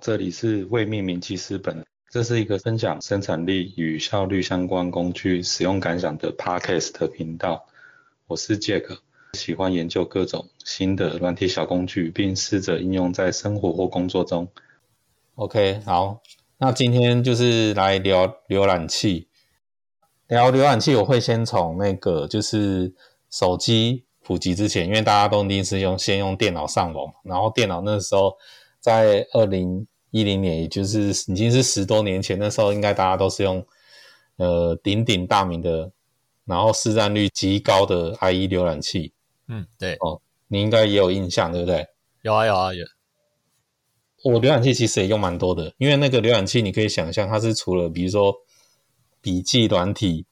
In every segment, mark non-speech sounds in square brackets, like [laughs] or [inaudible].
这里是未命名记事本，这是一个分享生产力与效率相关工具使用感想的 Podcast 频道。我是 Jack，喜欢研究各种新的软体小工具，并试着应用在生活或工作中。 OK，好，那今天就是来聊浏览器。聊浏览啊器，我会先从那个就是手机普及之前，因为大家都一定是用先用电脑上网，然后电脑那时候在二零一零年，也就是已经是十多年前，那时候应该大家都是用呃鼎鼎大名的，然后市占率极高的 IE 浏览器，嗯，对，你应该也有印象，对不对？有啊有啊有，我浏览器其实也用蛮多的，因为那个浏览器你可以想象，它是除了比如说笔记软体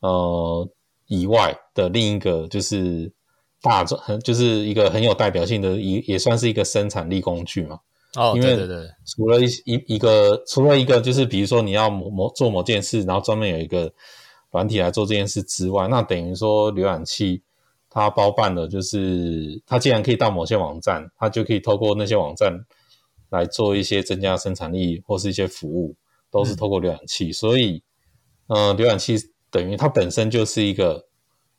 呃以外的另一个就是大众，很就是一个很有代表性的，也也算是一个生产力工具嘛。哦，因对为对对，除了一一一个，除了一个就是比如说你要某某做某件事，然后专门有一个软体来做这件事之外，那等于说浏览器它包办的就是它既然可以到某些网站，它就可以透过那些网站来做一些增加生产力或是一些服务，都是透过浏览器。所以，呃，浏览器等于它本身就是一个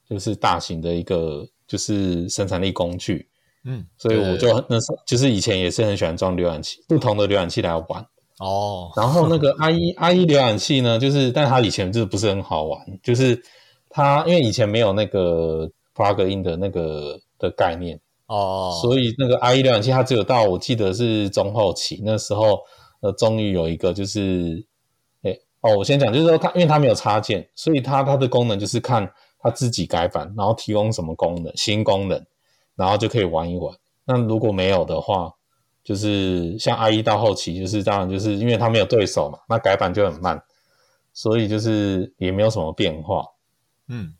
就是大型的一个就是生产力工具。嗯，所以对对我对就很那时候就是以前也是很喜欢装浏览器，不同的浏览器来玩。哦，然后那个 IE IE 浏览器呢，就是但它以前就是不是很好玩，就是它因为以前没有那个 plug in 的那个的概念，哦，所以那个 IE 浏览器它只有到我记得是中后期那时候，呃，终于有一个就是，哎哦，我先讲就是说它因为它没有插件，所以它它的功能就是看它自己改版，然后提供什么功能新功能，然后就可以玩一玩。那如果没有的话，就是像 IE 到后期，就是当然就是因为它没有对手嘛，那改版就很慢，所以就是也没有什么变化。嗯，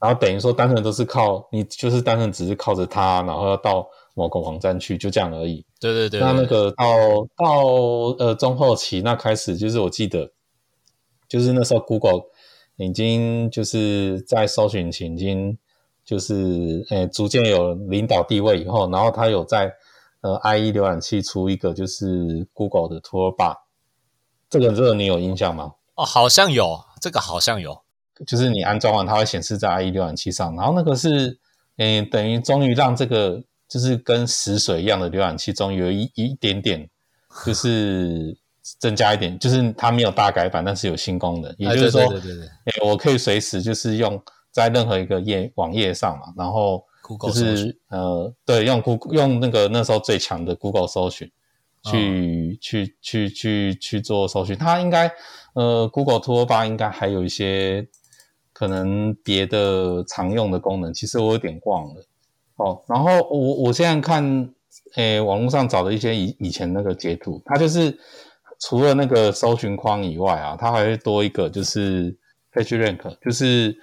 然后等于说单纯都是靠你，就是单纯只是靠着它，然后要到某个网站去，就这样而已。对对对，那对那个到到呃中后期那开始，就是我记得，就是那时候 Google 已经就是在搜寻引擎已经就是呃逐渐有领导地位以后，然后它有在呃 IE 浏览器出一个就是 Google 的 Toolbar，这个这个你有印象吗？哦，好像有这个，好像有，就是你安装完，它会显示在 IE 浏览器上。然后那个是，诶、等于终于让这个就是跟死水一样的浏览器，终于有一一点点，就是增加一点，就是它没有大改版，但是有新功能。也哎就是说，对诶、对对 [laughs] 对对我可以随时就是用在任何一个页网页上嘛，然后 Google 就搜寻是呃，对，用 Google 用那个那时候最强的 Google 搜寻。嗯去、去去去去做搜寻。它应该呃，Google 托吧应该还有一些可能别的常用的功能，其实我有点忘了哦。然后我我现在看诶、网络上找的一些以以前那个截图，它就是除了那个搜寻框以外啊，它还会多一个就是 PageRank，就是。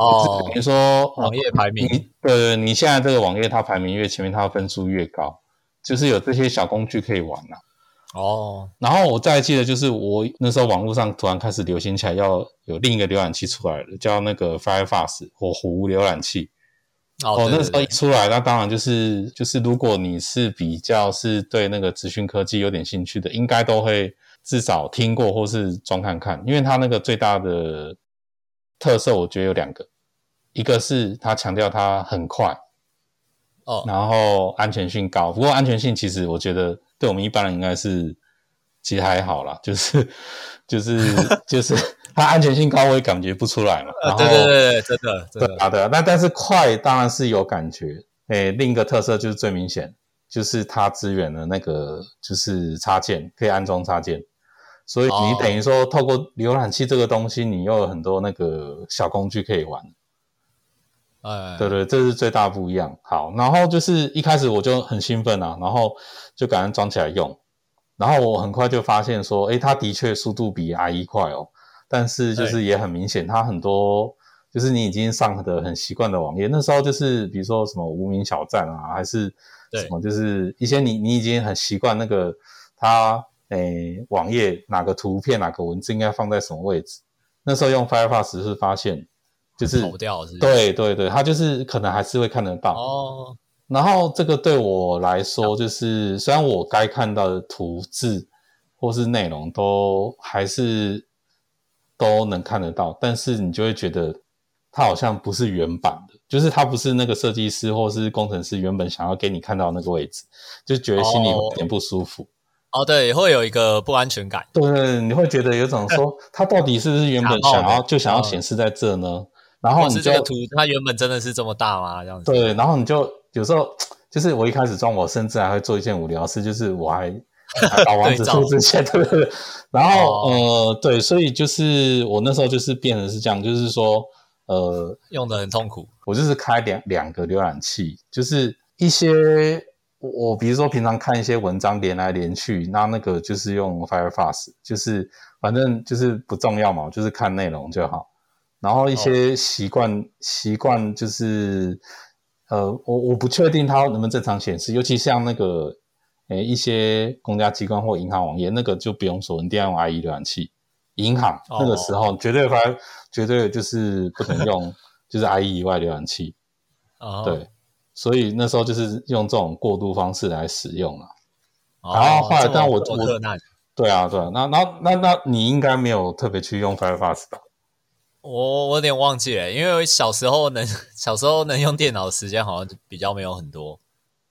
哦就是等于说呃网页排名你对对，你现在这个网页它排名越前面，它分数越高，就是有这些小工具可以玩啊。哦，然后我再记得就是我那时候网络上突然开始流行起来，要有另一个浏览器出来了，叫那个 Firefox 火狐浏览器。哦，对那时候对一对出来，那当然就是就是如果你是比较是对那个资讯科技有点兴趣的，应该都会至少听过或是装看看，因为它那个最大的特色，我觉得有两个，一个是它强调它很快，哦，然后安全性高，不过安全性其实我觉得对我们一般人应该是其实还好啦，就是 [laughs] 就是就是它安全性高，我也感觉不出来嘛。然呃后对对对对，真的真对的，啊对啊，那但是快当然是有感觉。诶，另一个特色就是最明显，就是它支援了那个就是插件，可以安装插件。所以哦你等于说透过浏览器这个东西，你又有很多那个小工具可以玩。哎，对对，这是最大不一样。好，然后就是一开始我就很兴奋啊，然后就赶快装起来用，然后我很快就发现说，诶，它的确速度比 IE 快哦，但是就是也很明显，它很多就是你已经上的很习惯的网页，那时候就是比如说什么无名小站啊，还是对什么，就是一些你你已经很习惯那个它诶网页哪个图片哪个文字应该放在什么位置。那时候用 Firefox 是发现就是跑掉是不是，对对对，他就是可能还是会看得到。哦，然后这个对我来说，就是虽然我该看到的图字或是内容都还是都能看得到，但是你就会觉得它好像不是原版的，就是它不是那个设计师或是工程师原本想要给你看到那个位置，就觉得心里有点不舒服。哦，对，会有一个不安全感。对，你会觉得有种 [laughs] 说，它到底是不是原本想要就想要显示在这呢？然后或你嗯是这个就图它原本真的是这么大吗？这样子。对，然后你就有时候就是我一开始装，我甚至还会做一件无聊事，就是我还还把网址复制起来，对不对？然后、呃，对，所以就是我那时候就是变成是这样，就是说呃，用的很痛苦。我就是开两两个浏览器，就是一些我我比如说平常看一些文章连来连去，那那个就是用 Firefox，就是反正就是不重要嘛，我就是看内容就好。然后一哦些习惯、习惯就是，呃，我我不确定它能不能正常显示，尤其像那个，诶一些公家机关或银行网页，那个就不用说，你一定要用 IE 浏览器。银行哦那个时候绝对发，绝对就是不能用就是 IE 以外浏览器，哦，对，所以那时候就是用这种过渡方式来使用了。哦。然后后来这么但我这么我困难。对啊，对啊，那那那那你应该没有特别去用 Firefox 吧？我我有点忘记了，因为小时候能 [laughs] 小时候能用电脑的时间好像就比较没有很多，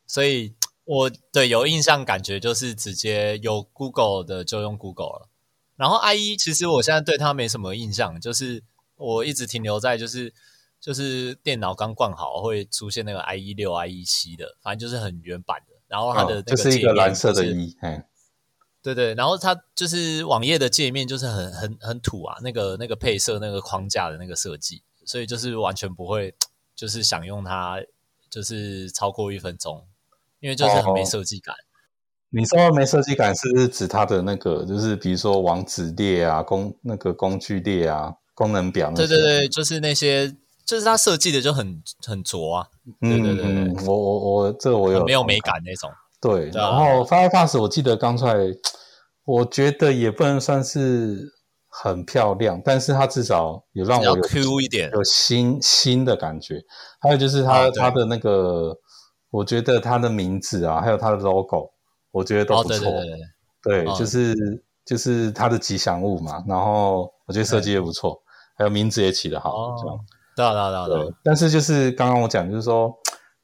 所以我对有印象感觉就是直接有 Google 的就用 Google 了。然后 IE 其实我现在对它没什么印象，就是我一直停留在就是就是电脑刚灌好会出现那个 IE 六、IE 七的，反正就是很原版的。然后它的嗯那就个是一界个面蓝色就的是一，哎，对对，然后它就是网页的界面就是很很很土啊，那个那个配色、那个框架的那个设计，所以就是完全不会，就是想用它，就是超过一分钟，因为就是很哦没设计感。你说的没设计感是不是指它的那个，就是比如说网址列啊、工那个工具列啊、功能表那对些？对对，就是那些，就是它设计的就很很拙啊，嗯，对对对嗯，我我我这我有很没有美感那种。对，对啊然后 Firefox 我记得刚出来，我觉得也不能算是很漂亮，但是它至少有让比我较有 Q 一点有新新的感觉。还有就是它、啊对它的那个，我觉得它的名字啊，还有它的 logo，我觉得都哦，不对错。对对对，对，嗯就是就是它的吉祥物嘛，然后我觉得设计也不错，还有名字也起得好，哦这样对啊对啊对啊对对啊，，但是就是刚刚我讲，就是说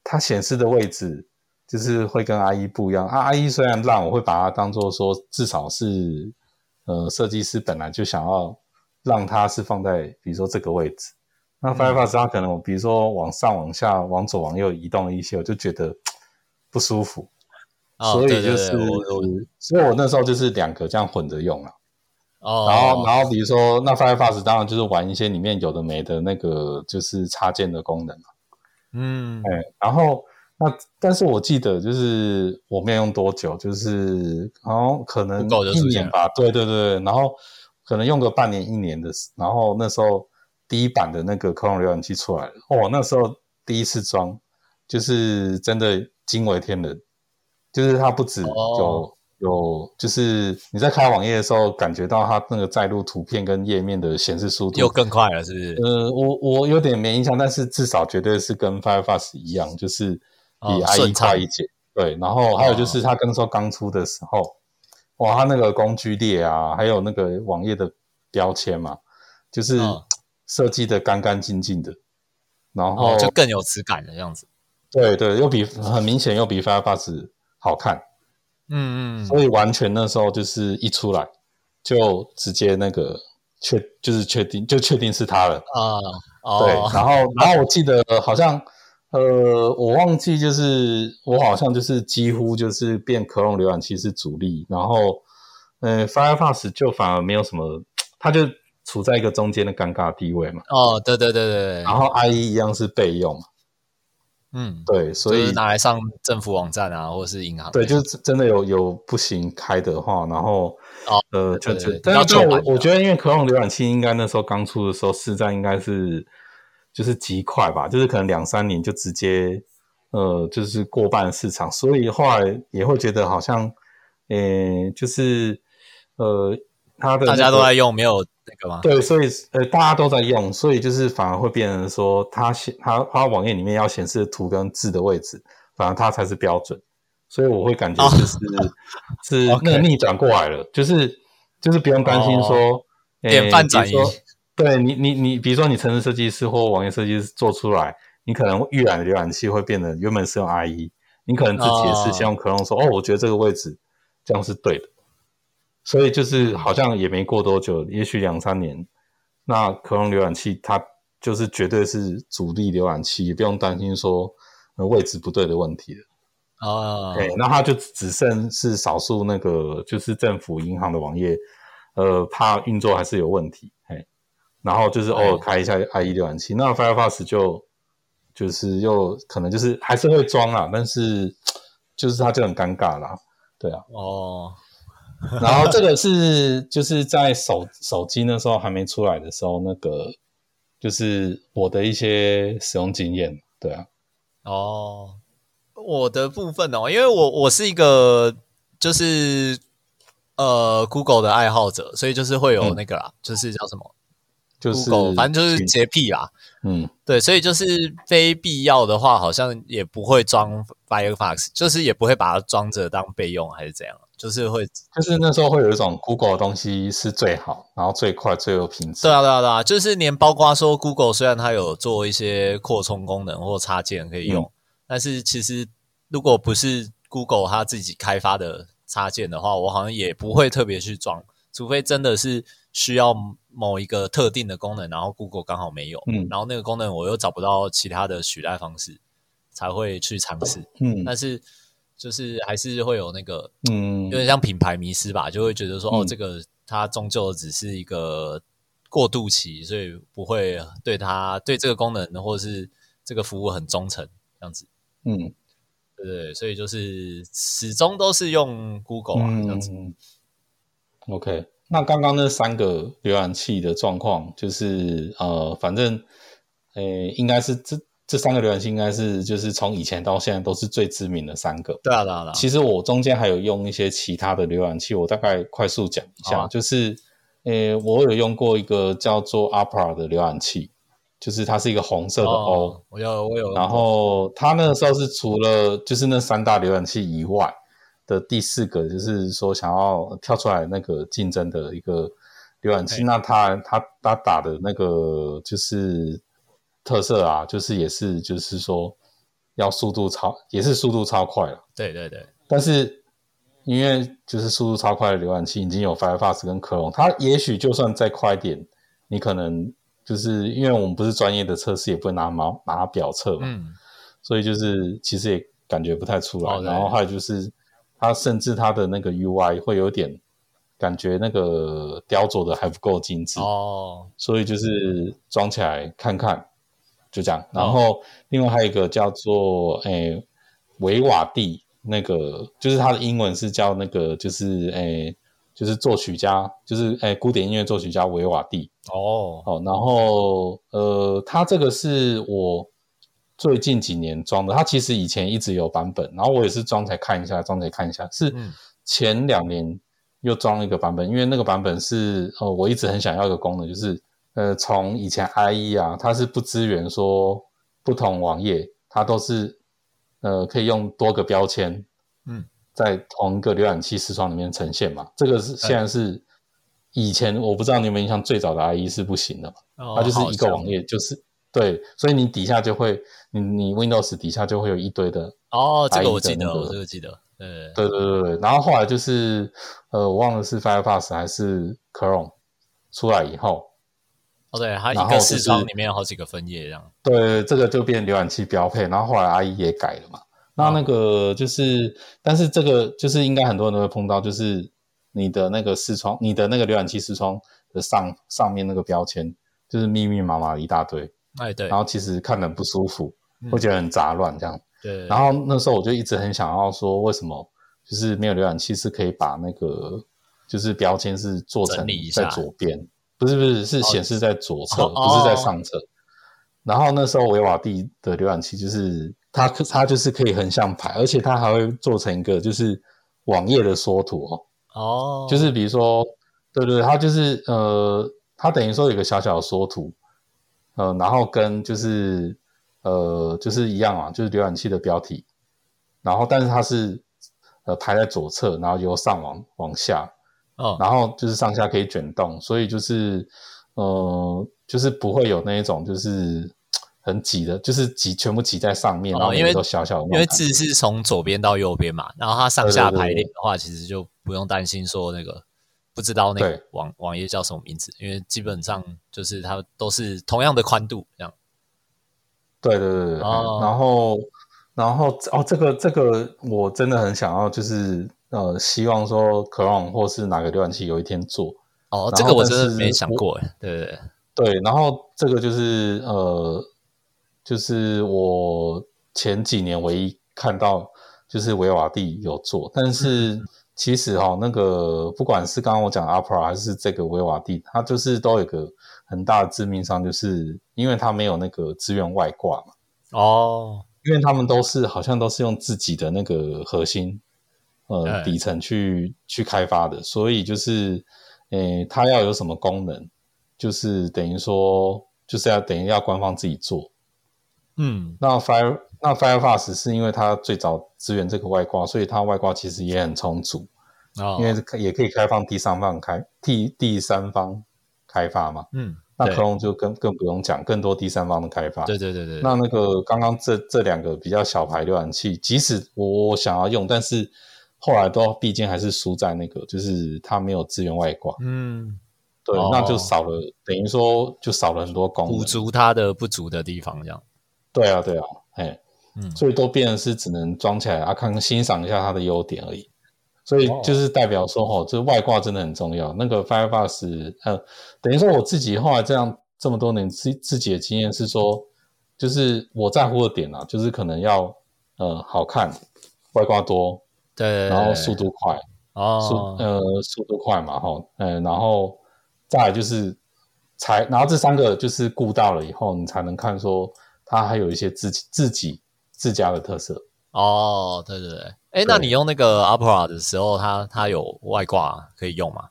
它显示的位置就是会跟 IE 不一样。啊，IE 虽然烂，我会把它当做说至少是呃设计师本来就想要让它是放在比如说这个位置。那 Firefox 它可能我比如说往上、往下、往左、往右移动了一些，我就觉得不舒服，哦所对以对就对是，我我所以我那时候就是两个这样混着用了。啊哦，然后，然后比如说，那 Firefox 当然就是玩一些里面有的没的那个就是插件的功能嘛。嗯，哎，然后那但是我记得就是我没有用多久，就是然后可能 Google 就一出现年了吧，对对对，然后可能用个半年一年的时，然后那时候第一版的那个 Chrome 浏览器出来了，哦，那时候第一次装，就是真的惊为天人，就是它不止有、哦有，就是你在开网页的时候感觉到它那个载入图片跟页面的显示速度又更快了，是不是？呃，我我有点没印象，但是至少绝对是跟 Firefox 一样，就是比哦 IE 顺畅哦快一截。对，然后还有就是它跟说刚出的时候，哇，它那个工具列啊，还有那个网页的标签嘛，就是哦设计的干干净净的，然后、哦，就更有质感了，这样子。对对，又比很明显又比 Firefox 好看，嗯嗯嗯，所以完全那时候就是一出来就直接那个确就是确定就确定是它了。啊对，哦，然后然后我记得好像呃，我忘记就是我好像就是几乎就是变 Chrome 浏览器是主力，然后呃 Firefox 就反而没有什么，它就处在一个中间的尴尬地位嘛。哦，对对对对对然，后 IE 一样是备用嘛，嗯，对，所就以是拿来上政府网站啊，或者是银行。对，就是真的有有不行开的话，然后哦呃，就对就对，但要是但旧我版的啊我觉得，因为 Chrome 浏览器应该那时候刚出的时候，市占应该是就是极快吧，就是可能两三年就直接呃，就是过半市场，所以后来也会觉得好像，呃，就是呃，它的大家那个都在用，没有那个吗？对，所以呃，大家都在用，所以就是反而会变成说，它显它它网页里面要显示的图跟字的位置，反而它才是标准。所以我会感觉就是是那个哦 OK 逆转过来了，就是就是不用担心说、诶哦典范转移比如说对你你你，比如说你城市设计师或网页设计师做出来，你可能预览的浏览器会变得原本是用 IE，你可能自己也是先用 Chrome 说哦我觉得这个位置这样是对的。所以就是好像也没过多久，也许两三年，那 Chrome 浏览器它就是绝对是主力浏览器，也不用担心说呃位置不对的问题了。啊，对，那它就只剩是少数那个就是政府银行的网页，呃，怕运作还是有问题，哎，然后就是偶哎尔开一下 IE 浏览器，那 Firefox 就就是又可能就是还是会装啦，但是就是它就很尴尬啦，对 [laughs] 啊，哦，然后这个是就是在手手机那时候还没出来的时候，那个就是我的一些使用经验，对啊，哦，我的部分哦，因为我我是一个就是呃 Google 的爱好者，所以就是会有那个啦，就是叫什么嗯就是 Google，反正就是洁癖啦。嗯，对，所以就是非必要的话，好像也不会装 Firefox，就是也不会把它装着当备用还是怎样，就是会就是那时候会有一种 Google 的东西是最好，然后最快最有品质，对啊，对啊，对啊，就是连包括说 Google 虽然它有做一些扩充功能或插件可以嗯用，但是其实如果不是 Google 它自己开发的插件的话，我好像也不会特别去装，除非真的是需要某一个特定的功能，然后 Google 刚好没有，嗯然后那个功能我又找不到其他的取代方式，才会去尝试。嗯但是就是还是会有那个嗯有点像品牌迷失吧，就会觉得说，哦，嗯这个它终究只是一个过渡期，所以不会对它对这个功能或者是这个服务很忠诚，这样子，嗯对不对？所以就是始终都是用 Google 啊，这样子。嗯，OK。那刚刚那三个浏览器的状况，就是呃，反正呃，应该是这这三个浏览器应该是就是从以前到现在都是最知名的三个，对啊，对啊，对啊其实我中间还有用一些其他的浏览器，我大概快速讲一下，好啊就是，呃，我有用过一个叫做 Opera 的浏览器，就是它是一个红色的 O，、哦，我有，我有，然后它那个时候是除了就是那三大浏览器以外的第四个，就是说想要跳出来那个竞争的一个浏览器。哎那它它它打的那个就是特色啊，就是也是就是说要速度超，也是速度超快了。对对对，但是因为就是速度超快的浏览器已经有 Firefox 跟 Chrome，它也许就算再快一点，你可能就是因为我们不是专业的测试，也不会拿毛拿表测嘛，嗯，所以就是其实也感觉不太出来。哦对然后还有就是它甚至它的那个 UI 会有点感觉那个雕琢的还不够精致，哦，所以就是装起来看看，就这样。哦然后另外还有一个叫做诶、维瓦蒂，那个就是它的英文是叫那个就是诶、就是作曲家，就是诶、古典音乐作曲家维瓦蒂。哦，哦，然后呃，它这个是我最近几年装的，它其实以前一直有版本，然后我也是装才看一下，装才看一下，是嗯前两年又装了一个版本，因为那个版本是呃，我一直很想要一个功能，就是呃，从以前 IE 啊，它是不支援说不同网页，它都是呃可以用多个标签，嗯，在同一个浏览器视窗里面呈现嘛，这个是现在是。以前我不知道你有没有印象，最早的 IE 是不行的嘛，哦它就是一个好像网页，就是对，所以你底下就会，你你 Windows 底下就会有一堆的，哦，这个我记白得，银的那个我这个记得，对，对对对对。然后后来就是，呃，我忘了是 Firefox 还是 Chrome 出来以后，哦，对，它然一后个就是视窗里面有好几个分页这样，对，这个就变浏览器标配。然后后来 IE 也改了嘛。那嗯那个就是，但是这个就是应该很多人都会碰到，就是你的那个视窗，你的那个浏览器视窗的上上面那个标签，就是密密麻麻的一大堆，哎，对然，后其实看得很不舒服，嗯会觉得很杂乱这样。对，然后那时候我就一直很想要说，为什么就是没有浏览器是可以把那个就是标签是做成整理一下在左边，不是不是是显示在左侧，哦不是在上侧。然后那时候维瓦蒂的浏览器就是它可它就是可以横向排，而且它还会做成一个就是网页的缩图哦，哦，就是比如说，对对，它就是呃，它等于说有个小小的缩图，呃，然后跟就是呃，就是一样啊，就是浏览器的标题，然后但是它是呃排在左侧，然后由上往往下，哦，然后就是上下可以卷动，所以就是呃就是不会有那一种就是很挤的，就是挤全部挤在上面，哦然后每个因为都小小的那种因为感觉字是从左边到右边嘛，然后它上下对对对排列的话，其实就不用担心说那个不知道那对个网网页叫什么名字，因为基本上就是它都是同样的宽度这样。对对对对，哦嗯然后然后哦，这个这个我真的很想要，就是呃，希望说 Chrome 或是哪个浏览器有一天做哦，然这个后我但真的是没想过，哎，对对对，对，然后这个就是呃，就是我前几年唯一看到就是维瓦蒂有做，但是其实哈、那个不管是刚刚我讲 Opera 还是这个维瓦蒂，它就是都有一个很大的致命伤，就是因为它没有那个资源外挂嘛。哦，因为他们都是好像都是用自己的那个核心呃哎底层去去开发的，所以就是诶，它要有什么功能，就是等于说就是要等于要官方自己做。嗯，那 Fire 那 Firefox 是因为它最早支援这个外挂，所以它外挂其实也很充足，哦，因为可也可以开放第三方开第第三方开发嘛。嗯，那对 Chrome 就更更不用讲，更多第三方的开发。对对对对，那那个刚刚这这两个比较小牌浏览器，即使我我想要用，但是后来都毕竟还是输在那个，就是它没有资源外挂，嗯，对，哦那就少了，等于说就少了很多功补能。足它的不足的地方这样。对啊，对啊，哎，嗯所以都变成是只能装起来啊，看欣赏一下它的优点而已。所以就是代表说，哦，这外挂真的很重要。那个 Firefox，呃，等于说我自己后来这样这么多年自自己的经验是说，就是我在乎的点啊，就是可能要呃好看，外挂多，对对，对然后速，度快，速哦，呃速度快嘛，哈，嗯，然后再来就是才，然后这三个就是顾到了以后，你才能看说它还有一些自己自己自家的特色。哦，对对对，哎，那对你用那个 Opera 的时候，它它有外挂可以用吗？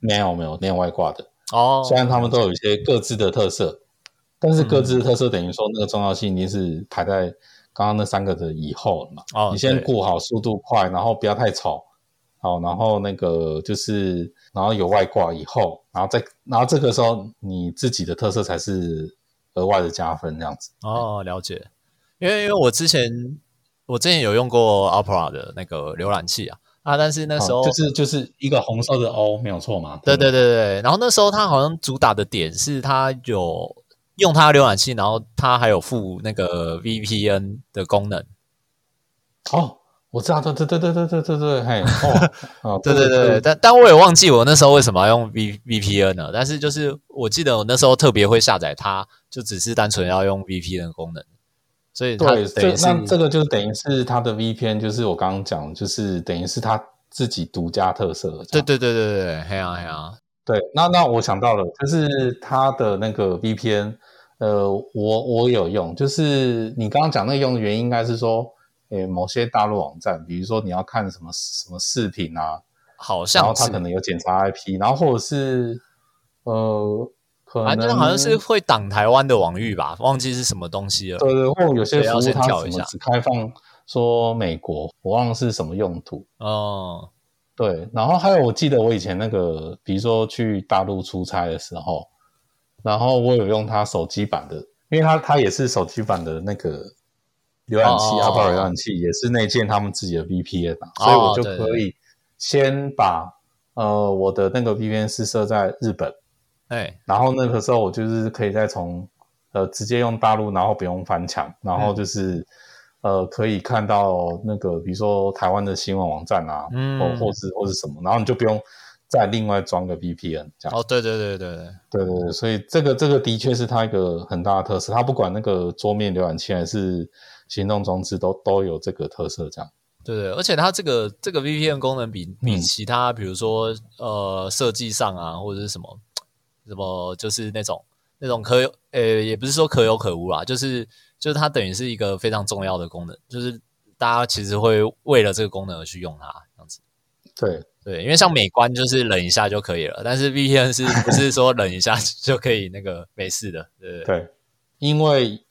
没有没有没有外挂的，哦，虽然他们都有一些各自的特色，但是各自的特色等于说那个重要性一定是排在刚刚那三个的以后了嘛。哦，你先对顾好速度快，然后不要太吵，好，然后那个就是，然后有外挂以后，然后再，然后这个时候你自己的特色才是额外的加分，这样子。哦，了解。因为因为我之前我之前有用过 Opera 的那个浏览器啊啊，但是那时好候、哦就是就是一个红色的 O，没有错嘛？对不对对对对，然后那时候它好像主打的点是它有用它的浏览器，然后它还有附那个 VPN 的功能。哦，我知道，对对对对对对对对，嘿，哦，哦， [laughs] 对对对，，但但我也忘记我那时候为什么要用 V VPN 了。但是就是我记得我那时候特别会下载它，就只是单纯要用 VPN 的功能，所以它对，等于这那是这个就等于是它的 VPN，就是我刚刚讲的，就是等于是它自己独家特色了。这对样对对对对对，嘿呀啊嘿呀，对，那那我想到了，就是它的那个 VPN，呃，我我有用，就是你刚刚讲那个用的原因，应该是说，诶，某些大陆网站，比如说你要看什么什么视频啊，好然后像它是可能有检查 IP，然后或者是呃，可能反正啊好像是会挡台湾的网域吧，忘记是什么东西了。对对，或有些对服要务先它跳什一么下只开放说美国，我忘了是什么用途，哦，对，然后还有我记得我以前那个，比如说去大陆出差的时候，然后我有用它手机版的，因为它它也是手机版的那个浏览器哦阿 p 浏览器也是内建他们自己的 VPN 嘛，哦啊所以我就对可以先把呃我的那个 VPN 是设在日本，哎，然后那个时候我就是可以再从呃直接用大陆，然后不用翻墙，然嗯后就是、呃可以看到那个比如说台湾的新闻网站啊，嗯或或是或是什么，然后你就不用再另外装个 VPN 这样。哦，对对对对对，对对对，所以这个这个的确是它一个很大的特色，它不管那个桌面浏览器还是行动装置都都有这个特色这样。对对，而且它这个这个 VPN 功能比比其他，比如说呃设计上啊，或者是什么什么，就是那种那种可有呃，也不是说可有可无啦，就是就是它等于是一个非常重要的功能，就是大家其实会为了这个功能而去用它，这样子。对对，因为像美观就是忍一下就可以了，但是 VPN 是不是说忍一下就可以那个没事的？对对对嗯对，因为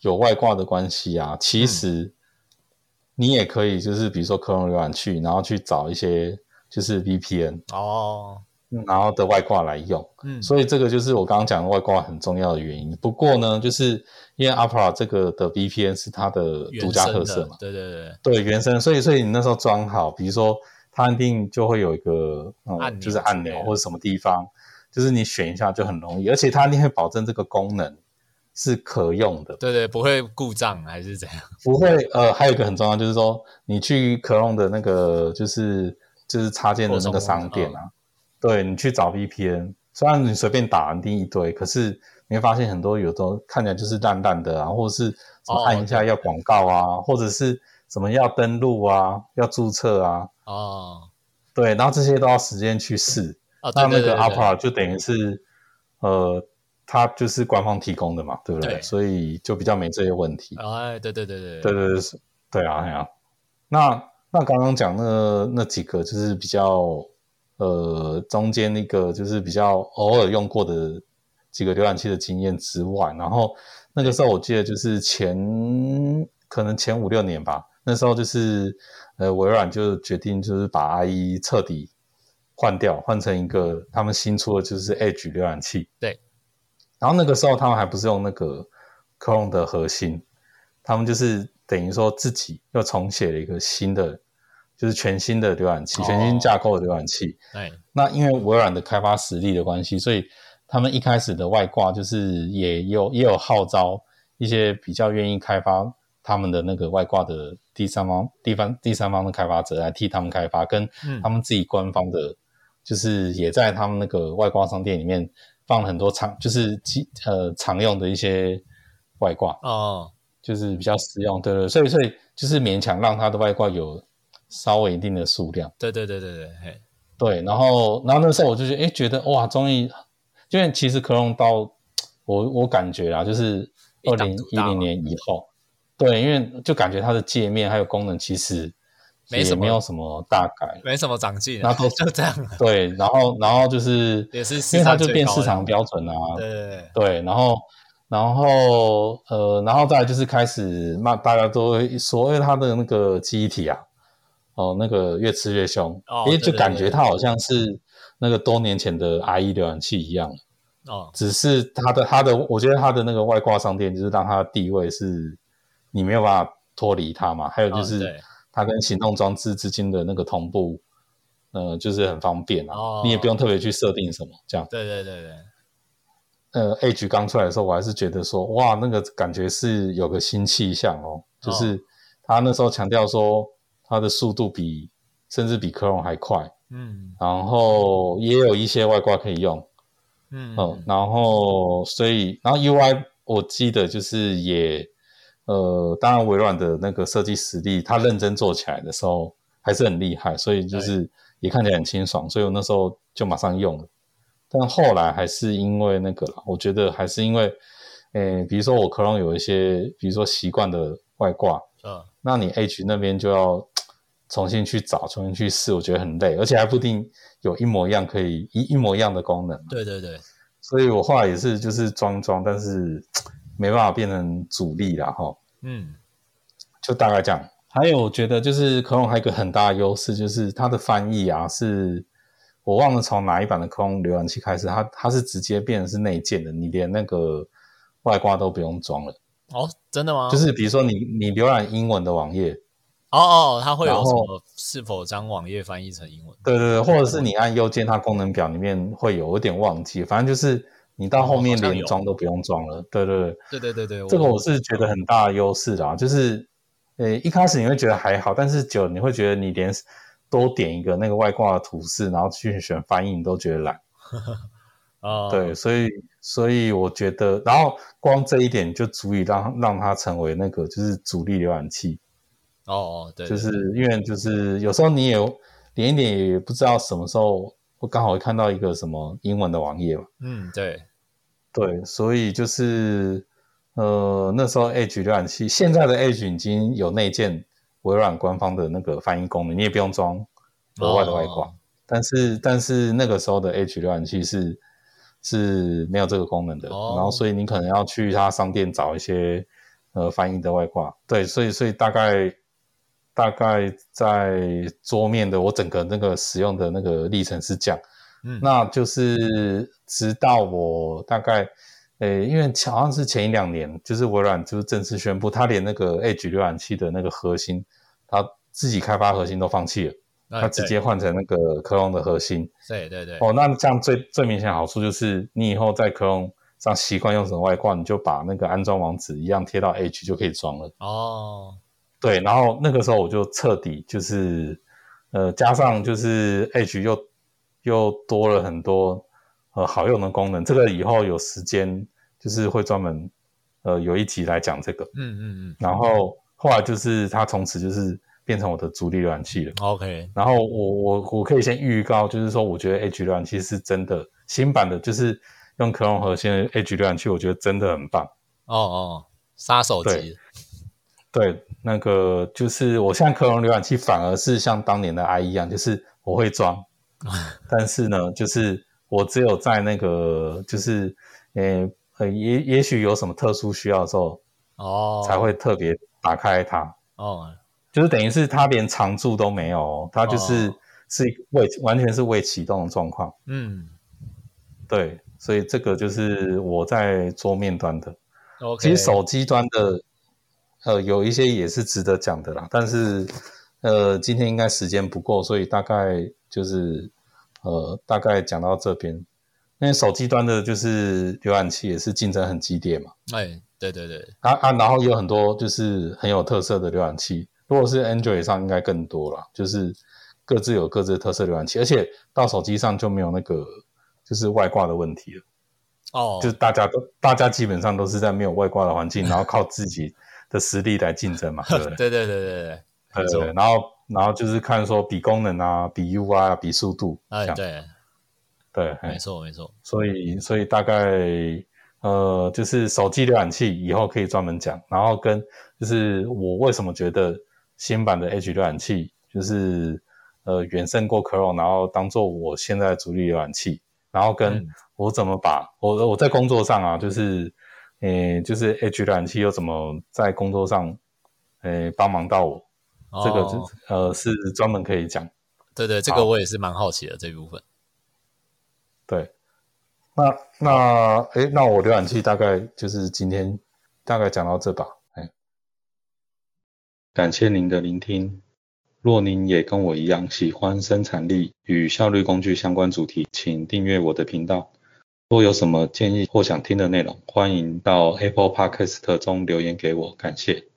有外挂的关系啊，其实你也可以就是比如说 Chrome 浏览器，然后去找一些就是 VPN，哦，然后的外挂来用。嗯，所以这个就是我刚刚讲的外挂很重要的原因。不过呢，就是因为 Opera 这个的 VPN 是它的原独家生特的色嘛，对对对，对原生，所以所以你那时候装好，比如说它一定就会有一个嗯，按钮就是按之类钮的或者什么地方，就是你选一下就很容易，而且它一定会保证这个功能是可用的，对对，不会故障还是怎样？不会呃，还有一个很重要就是说，你去 Chrome 的那个就是就是插件的那个商店啊，对你去找 VPN，虽然你随便打一定一堆，可是你会发现很多有的看起来就是烂烂的啊，或者是什么哦按一下对要广告啊，或者是什么要登录啊，要注册啊，哦，对，然后这些都要时间去试。哦，对那对那对个对 Opera 就等于是呃，它就是官方提供的嘛，对不对？对所以就比较没这些问题。哎，对对对对对对对，是对啊，对啊。那那刚刚讲那那几个就是比较呃中间那个就是比较偶尔用过的几个浏览器的经验之外，然后那个时候我记得就是前可能前五六年吧，那时候就是呃微软就决定就是把 IE 彻底换掉，换成一个他们新出的就是 Edge 浏览器。对。然后那个时候他们还不是用那个 Chrome 的核心，他们就是等于说自己又重写了一个新的，就是全新的浏览器，哦全新架构的浏览器。哎，那因为微软的开发实力的关系，所以他们一开始的外挂就是也有也有号召一些比较愿意开发他们的那个外挂的第三方、地方、第三方的开发者来替他们开发，跟嗯他们自己官方的，就是也在他们那个外挂商店里面放了很多常就是基呃常用的一些外挂。哦，就是比较实用，对对，所以所以就是勉强让它的外挂有稍微一定的数量，对对对对对，嘿，对，然后然后那时候我就觉得，哎，觉得哇，终于，因为其实 Chrome 到我我感觉啊，就是一二党零独一大嘛零年以后，对，因为就感觉它的界面还有功能其实没什也么没有什么大改，没什么长进啊，那都就这样了，对，然后然后就是也是市因为它场就最变高市的场标准啊，对对对，对，然后，然后，呃，然后再来就是开始，那大家都会所谓他的那个记忆体啊，哦，那个越吃越凶，哦因为对就对感对觉它好像是那个多年前的 IE 浏览器一样，哦，只是它的它的，我觉得它的那个外挂商店就是让它的地位是你没有办法脱离它嘛，还有就哦是对它跟行动装置之间的那个同步，呃，就是很方便啊，哦你也不用特别去设定什么这样。对对对对，呃，Edge 刚出来的时候，我还是觉得说，哇，那个感觉是有个新气象哦，就是他那时候强调说，它的速度比甚至比 Chrome 还快，嗯然后也有一些外挂可以用，嗯嗯，然后所以，然后 UI 我记得就是也，呃，当然微软的那个设计实力，它认真做起来的时候还是很厉害，所以就是也看起来很清爽，所以我那时候就马上用了。但后来还是因为那个啦，我觉得还是因为，诶，比如说我 Chrome 有一些，比如说习惯的外挂，嗯那你 H 那边就要重新去找，重新去试，我觉得很累，而且还不一定有一模一样可以一一模一样的功能。对对对，所以我后来也是就是装装，但是没办法变成主力啦，哈，嗯就大概这样。还有我觉得就是 Chrome 还有一个很大的优势，就是它的翻译啊，是我忘了从哪一版的 Chrome 浏览器开始，它它是直接变成是内建的，你连那个外挂都不用装了。哦，真的吗？就是比如说你你浏览英文的网页，哦哦，它会有然什后么？是否将网页翻译成英文？对对对，或者是你按右键，它功能表里面会有，我有点忘记，反正就是你到后面哦好像连有装都不用装了。对对对。对对对对，这个我是觉得很大的优势啦，就是呃一开始你会觉得还好，但是久了你会觉得你连多点一个那个外挂的图示，然后去选翻译，你都觉得懒。啊，对，所以所以我觉得，然后光这一点就足以让让它成为那个就是主力浏览器，哦哦，对，对就是因为就是有时候你也连一点也不知道什么时候我刚好会看到一个什么英文的网页嘛。嗯对，对，所以就是呃，那时候 Edge 浏览器，现在的 Edge 已经有内建微软官方的那个翻译功能，你也不用装额外的外挂。哦但是但是那个时候的 Edge 浏览器是是没有这个功能的，哦然后所以你可能要去它商店找一些呃翻译的外挂。对，所以所以大概大概在桌面的我整个那个使用的那个历程是这样，嗯，那就是直到我大概，诶，因为好像是前一两年，就是微软就是正式宣布，它连那个 Edge 浏览器的那个核心，它自己开发核心都放弃了，那它直接换成那个克隆的核心。哎对对对，哦，那这样最最明显的好处就是，你以后在 Chrome 上习惯用什么外挂，你就把那个安装网址一样贴到 Edge 就可以装了。哦，对，然后那个时候我就彻底就是，呃，加上就是 Edge 又又多了很多呃好用的功能，这个以后有时间就是会专门呃有一集来讲这个。嗯嗯嗯然后后来就是它从此就是变成我的主力浏览器了。 ，OK，然后我我我可以先预告，就是说，我觉得 H 浏览器是真的新版的，就是用 Chrome 核心的 H 浏览器，我觉得真的很棒。哦哦，杀手级对，对，那个就是我现在 Chrome 浏览器反而是像当年的 IE 一样，就是我会 [laughs] 装，但是呢，就是我只有在那个就是呃呃也也许有什么特殊需要的时候，哦，才会特别打开它。哦，就是等于是它连常驻都没有哦，它就是、哦是未完全是未启动的状况。嗯对，所以这个就是我在桌面端的。 ，OK，其实手机端的，呃，有一些也是值得讲的啦。但是，呃，今天应该时间不够，所以大概就是，呃，大概讲到这边。因为手机端的就是浏览器也是竞争很激烈嘛，哎，对对对，啊啊，然后也有很多就是很有特色的浏览器。如果是 Android 上，应该更多啦，就是各自有各自的特色浏览器，而且到手机上就没有那个就是外挂的问题了。哦，就是大家都大家基本上都是在没有外挂的环 [laughs] 境，然后靠自己的实力来竞争嘛，对不对？对对对对对，没错对，然后然后就是看说比功能啊，比 UI 啊，比速度，这哎，样对，对，没哎错没错，所以所以大概呃，就是手机浏览器以后可以专门讲，然后跟就是我为什么觉得新版的 H 浏览器就是呃远胜过 Chrome，然后当做我现在的主力浏览器，然后跟嗯我怎么把我我在工作上啊，就是呃就是 H 浏览器又怎么在工作上呃帮忙到我，哦这个就是呃是专门可以讲。对对，这个我也是蛮好奇的这一部分。对，那那诶，那我浏览器大概就是今天大概讲到这吧。哎，感谢您的聆听。若您也跟我一样喜欢生产力与效率工具相关主题，请订阅我的频道。若有什么建议或想听的内容，欢迎到 Apple Podcast 中留言给我，感谢。